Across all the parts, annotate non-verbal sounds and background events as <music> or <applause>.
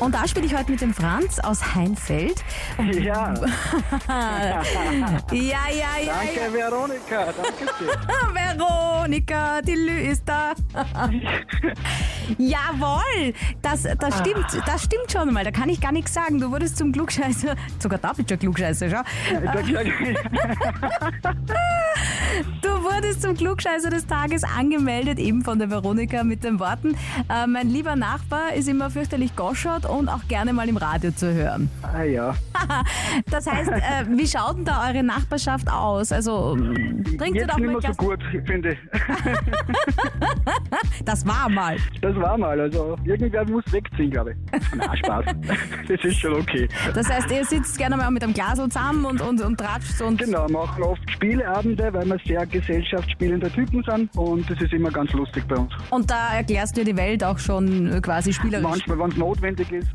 Und da spiele ich heute mit dem Franz aus Heinfeld. <laughs> Ja, Ja, ja, Ah, ja, danke Veronika, danke dir. ja. Veronika, die Lü ist da. Jawohl, das, das stimmt, das stimmt schon mal. Da kann ich gar nichts sagen. Du wurdest zum Klugscheißer, sogar da bist du ein Klugscheißer, schau. <laughs> Du wurdest zum Klugscheißer des Tages angemeldet, eben von der Veronika mit den Worten. Äh, mein lieber Nachbar ist immer fürchterlich goschert und auch gerne mal im Radio zu hören. <laughs> ah ja, Das heißt, äh, wie schaut denn da eure Nachbarschaft aus? Also ähm, trinkt ihr jetzt doch nicht mal mehr so Glas. gut, finde ich. Das war mal. Das war mal, also irgendwer muss wegziehen, glaube ich. Na, Spaß, <laughs> das ist schon okay. Das heißt, ihr sitzt gerne mal mit einem Glas zusammen und, und, und tratscht und. Genau, machen oft Spieleabende, weil wir sehr gesellschaftsspielende Typen sind und das ist immer ganz lustig bei uns. Und da erklärst du dir die Welt auch schon äh, quasi spielerisch. Manchmal, wenn es notwendig <laughs> ist,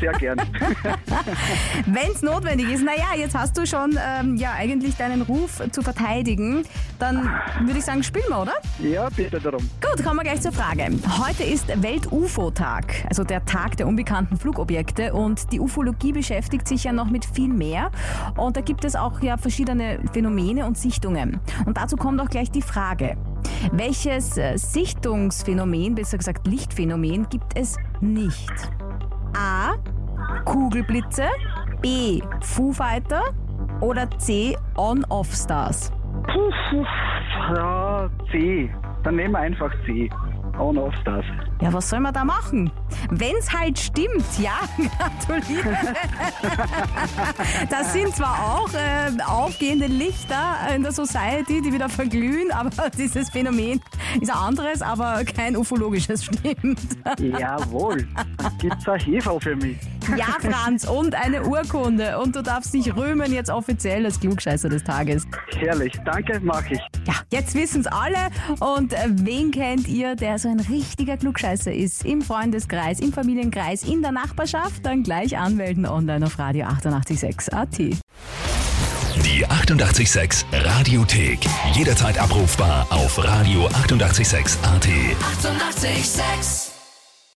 sehr gern. <laughs> Wenn es notwendig ist, naja, jetzt hast du schon ähm, ja eigentlich deinen Ruf zu verteidigen, dann würde ich sagen, spielen wir, oder? Ja, bitte darum. Gut, kommen wir gleich zur Frage. Heute ist Welt-UFO-Tag, also der Tag der unbekannten Flugobjekte und die Ufologie beschäftigt sich ja noch mit viel mehr und da gibt es auch ja verschiedene Phänomene und Sichtungen. Und dazu kommt auch gleich die Frage, welches äh, Sichtungsphänomen, besser gesagt Lichtphänomen, gibt es nicht? A. Kugelblitze, B. Foo Fighter oder C. On-Off-Stars? Puh, puh, ja, C. Dann nehmen wir einfach C. On-off <laughs> das. Ja, was soll man da machen? Wenn's halt stimmt, ja, <laughs> gratuliere. Das sind zwar auch äh, aufgehende Lichter in der Society, die wieder verglühen, aber <laughs> dieses Phänomen ist ein anderes, aber kein ufologisches stimmt. Jawohl, gibt's ein Hefe für mich. Ja, Franz, und eine Urkunde. Und du darfst dich rühmen jetzt offiziell als Klugscheißer des Tages. Herrlich, danke, mache ich. Ja, jetzt wissen's alle. Und äh, wen kennt ihr, der so ein richtiger Klugscheißer ist? Im Freundeskreis, im Familienkreis, in der Nachbarschaft? Dann gleich anmelden online auf Radio 886 AT. Die 88,6 Radiothek. Jederzeit abrufbar auf radio886.at. 88,6. Eighty-eight, sex.